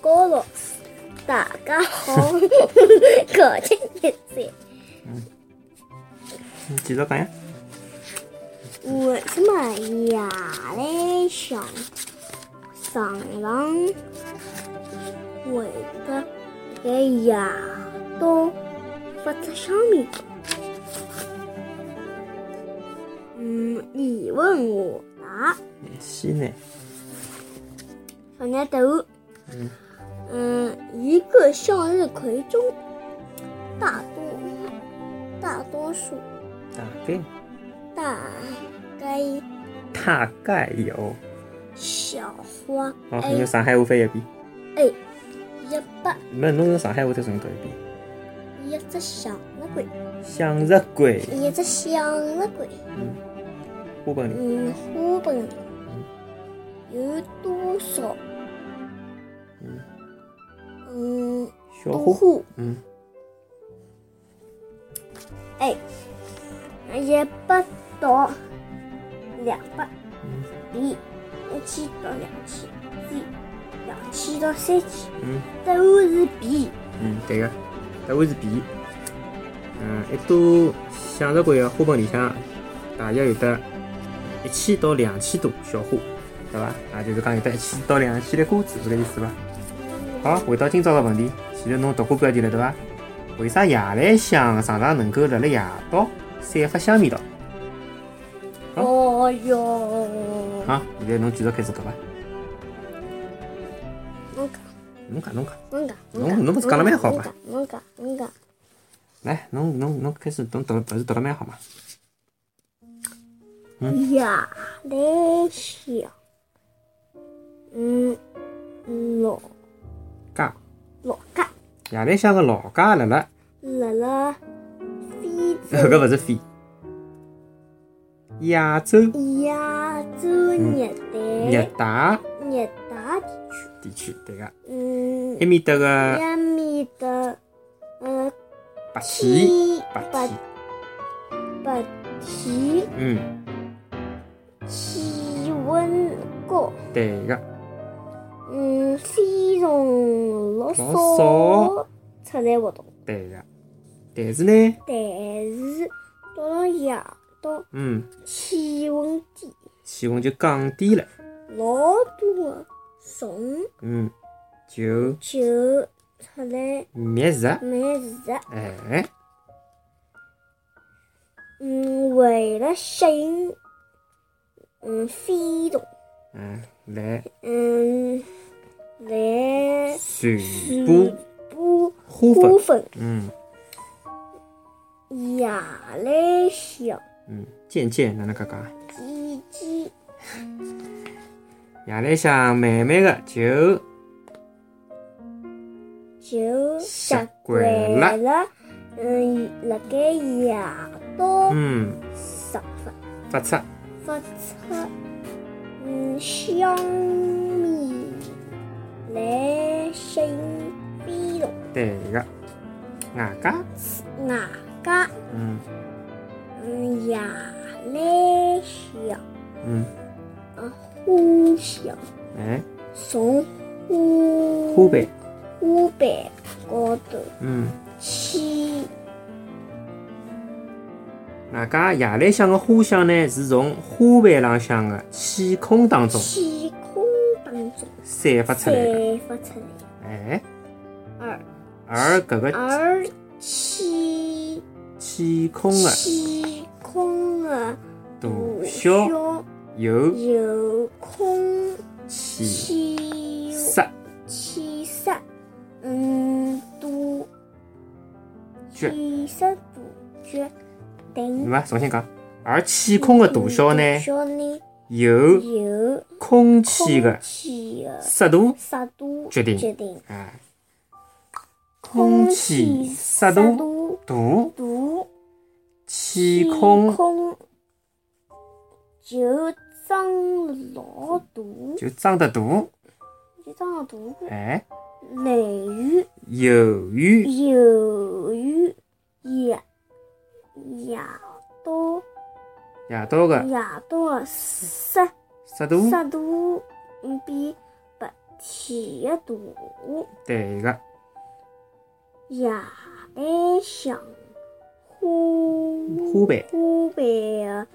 高老师，大家好，搿天日子，嗯继续讲呀。为什么夜里上上床会得在夜到发出声音？嗯，你问我答。先呢，小年头，嗯，一个向日葵中，大多大多数大概大概大概有，小花哦，侬 A 用上海话翻译一遍， A 一百没侬用上海话再重读一遍。一只向日葵，向日葵，一只向日葵，花盆里嗯，花盆里有多少？嗯，小多花，花嗯，哎，一百到两百，比嗯一千到两千，比两千到三千，嗯都是比。嗯，对个，答案是 B。嗯，一朵向日葵的花盆里向大约有得一千到两千朵小花，对伐？啊，就是讲有得一千到两千粒花子，是搿意思伐？好，回到今朝个问题，前头侬读过标题了对伐？为啥夜来香常常能够辣辣夜到散发香味道？好哦哟，啊，现在侬继续开始读伐？侬讲，侬讲侬讲，侬讲，侬侬不是讲得蛮好吗？侬讲，侬讲，来，侬侬侬开始侬读，不是读了蛮好嘛？嗯夜来香，嗯，老家老家夜来香个老家辣辣，辣辣非搿洲勿是非，亚洲亚洲嗯热热带带热带地区。地区，对个，嗯埃，面搭个下面的呃，白蚍，白白蚍，白皮嗯，气温高，对个，嗯，飞虫老老少出来活动，对个，但是呢，但是到了夜到嗯，气温低，气温就降低了，老多的虫嗯，就就出来灭绝，觅食。哎，嗯，为了吸引嗯飞虫。嗯，来嗯，来传播传播花粉，粉，嗯夜来香，嗯，渐渐哪能介讲？渐渐夜来香慢慢个就就习习惯惯了了。嗯，辣盖夜到嗯十分发出发出嗯香味来吸引飞虫，对个，外加外加嗯嗯夜来香，嗯，啊花香。哎，从花花呗，花瓣高头嗯，起外加夜来香个花香呢，是从花瓣浪向个气空当中起空当中散哦发出散来个，发出来，哎，而而搿个而起气空个起空的大小有有空气气色气色，嗯多觉，气色多觉对定。伐？重新讲，而气空个大小呢，大小呢由有空气空个气的湿度湿度决定决定啊，空气湿度度大，度气空空就长老大，就长得大，就长大。哎，来源由于由于夜夜到夜到个夜到的湿湿度湿度嗯比白体的大，对个，夜晚像花花瓣花瓣的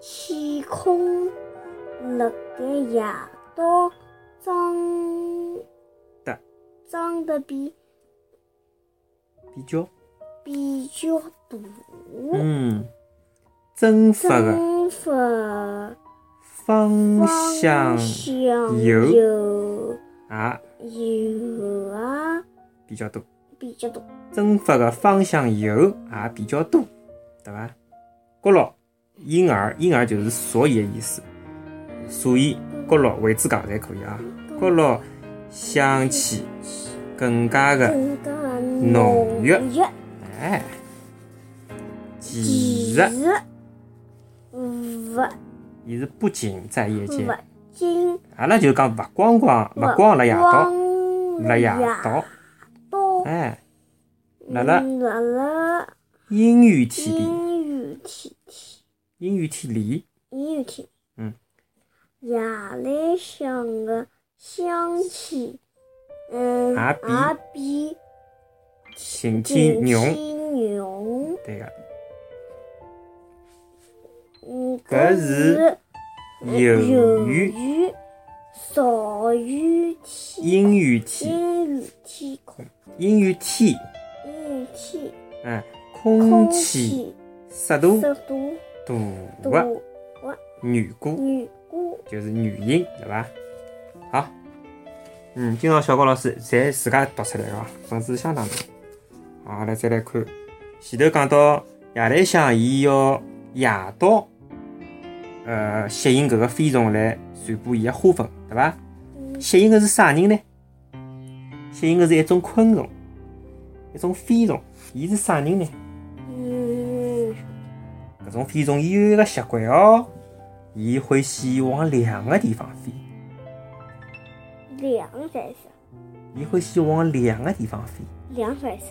天空，辣盖夜到张得张得比比较，比较大，嗯，蒸发的蒸发方向方向有有也有啊啊比较多，比较大，蒸发的方向有也比较多，对伐？角落，因而，因而就是所以的意思，所以角落位置讲侪可以啊。角落香气更加的，更加浓浓郁郁。哎，其其实实勿伊是不仅在夜间勿，仅阿拉就讲勿光光勿光辣夜到，光辣夜到，到，哎，辣辣嗯辣辣阴雨天里，阴雨天天阴雨天里，阴雨天，嗯，夜来香的香气，嗯，也也比比晴景天浓，气浓，对个，嗯，搿是是有雨雨少雨天，阴雨天，阴雨天空，阴雨天，阴雨天。哎，空空气气湿湿度度大大，个女歌，女巫就是女音，对伐？好，嗯，今朝小高老师侪自家读出来个，文字相当多。好，阿拉再来看，前头讲到夜来香，伊要夜到，呃，吸引搿个飞虫来传播伊个花粉，对伐？嗯吸引个是啥人呢？吸引个是一种昆虫，一种飞虫，伊是啥人呢？嗯搿种飞虫伊有一个习惯哦，伊欢喜往凉个地方飞，凉才是伊欢喜往凉个地方飞，凉才是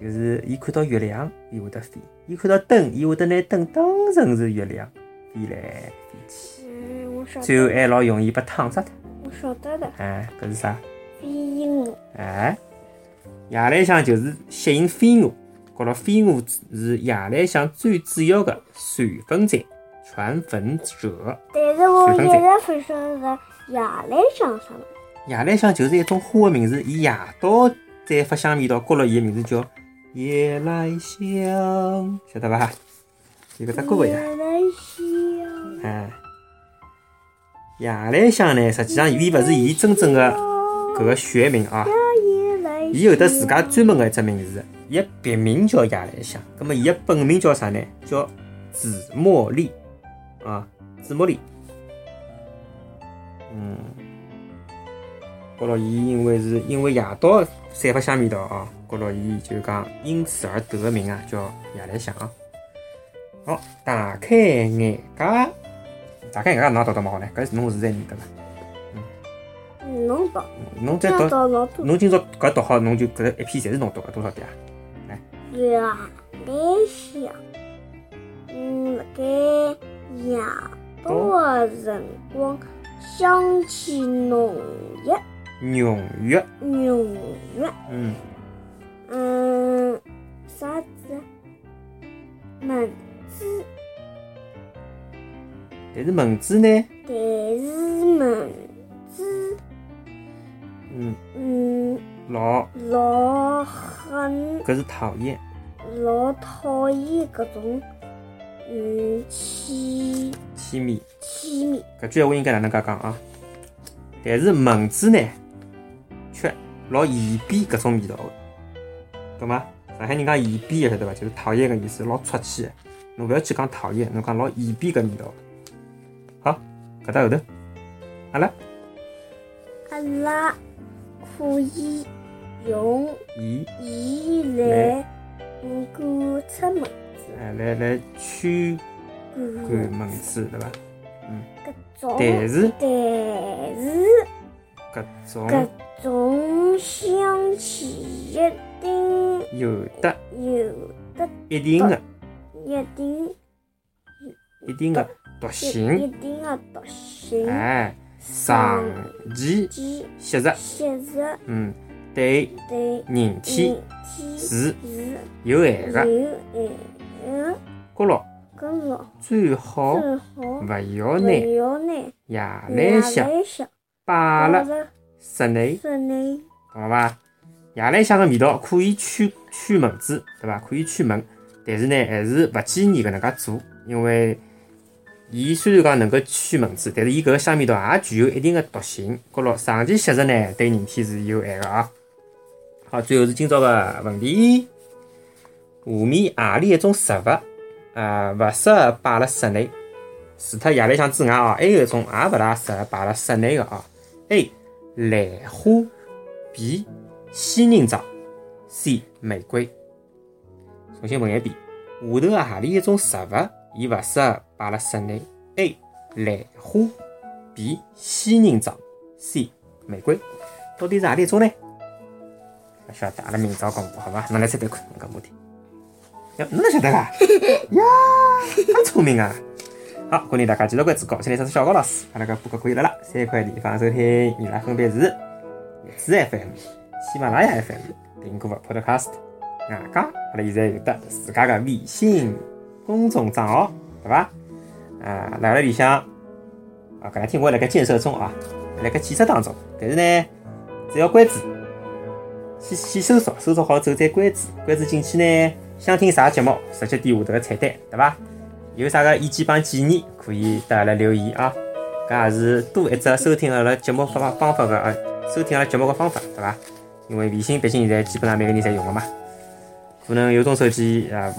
就是伊看到月亮，伊会得飞；伊看到灯，伊会得拿灯当成是月亮飞来飞去，嗯我晓最后得还老容易被烫着的。我晓得的哎，搿是啥？飞鹦鹉哎，夜来香就是吸引飞蛾，觉着飞蛾是夜来香最主要的传粉者、传粉者。但是我水一分子直不晓得夜来香啥么夜来香就是一种花的名字，伊夜到再发香味道，觉着伊的名字叫夜来香，晓得伐？有搿只歌呀，夜来香哎，夜来香呢，实际上伊勿是伊真正的搿个学名啊，夜来香伊有得自家专门的一只名字，伊的别名叫夜来香，葛末伊的本名叫啥呢？叫紫茉莉啊，紫茉莉。嗯，觉着伊因为是因为夜到散发香味道啊，觉着伊就讲因此而得个名啊，叫夜来香啊。好，打开眼界，打开眼界，哪读得蛮好呢？搿是侬是在认得伐？侬懂侬再要读，找老多侬今朝搿读好，侬就搿一篇侪是侬读个多少遍啊？夜来香嗯辣盖夜到的辰光香气浓郁。浓郁，纽约，嗯，嗯，啥子？蚊子，但是蚊子呢，但是蚊子，嗯，嗯，老老很搿是讨厌，老讨厌搿种，嗯，气气味。气味，搿句闲话应该哪能介讲啊？但是蚊子呢，却老嫌避搿种味道的，懂吗？上海人讲嫌避的晓得伐？就是讨厌个意思，老出气的。侬勿要去讲讨厌，侬讲老嫌避搿味道。好，搿搭后头，阿拉阿拉可以用以伊来嗯观察蚊子，哎来来驱观赶蚊子，对伐？搿种，但是但是。搿各种种香气一定有的有的，一定的一定一定的毒一性，定的毒性。哎，长期期吸食，吸食嗯，对对人体人体是是有有害个。害觉牢个老最好最好勿要拿勿要拿夜夜来香来香摆放辣辣室内，室内懂了伐？夜来香个味道可以驱驱蚊子，对伐？可以驱蚊，但是呢，还是勿建议搿能介做，因为伊虽然讲能够驱蚊子，但是伊搿个香味道也具有一定的毒性。觉牢长期吸食呢，对人体是有害个啊。好，最后是今朝个问题：下面何里一种食物啊勿适合摆辣室内？除脱夜来香之外啊，还有一种也勿大适合摆辣室内个啊。A. 兰花 B. 仙人掌 C. 玫瑰。重新问一遍，下头何里一种食物伊勿适合摆辣室内？A. 兰花 B. 仙人掌 C. 玫瑰。到底是何里一种呢？勿晓得，阿拉明朝公布好伐？侬来猜猜看，侬讲我听。哟，侬也晓得啦？呀，真聪明啊！好，欢迎大家继续关注高现在是小高老师，阿拉搿播客可以辣辣三块地方收听，伊拉分别是荔枝 FM、喜马拉雅 FM、苹果 Podcast。外加阿拉现在有得自家个微信公众账号，对伐？啊，辣辣里向啊，搿两天我还辣盖建设中啊，还辣盖建设当中，但是呢，只要关注。去去搜索，搜索好之后再关注，关注进去呢，想听啥节目，直接点下头个菜单，对伐？有啥个意见帮建议，可以得阿拉留言啊。搿也是多一只收听阿拉节目方法方法个啊，收听阿拉节目个方法，对伐？因为微信毕竟现在基本上每个人侪用个嘛，可能有种手机啊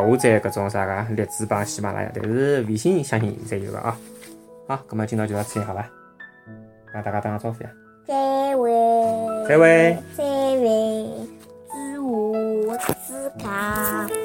勿勿下载搿种啥个荔枝帮喜马拉雅，但是微信相信侪有个啊。好，葛末今朝就到此地好伐？帮大家打个招呼呀，再会，再会。再会，知我知家。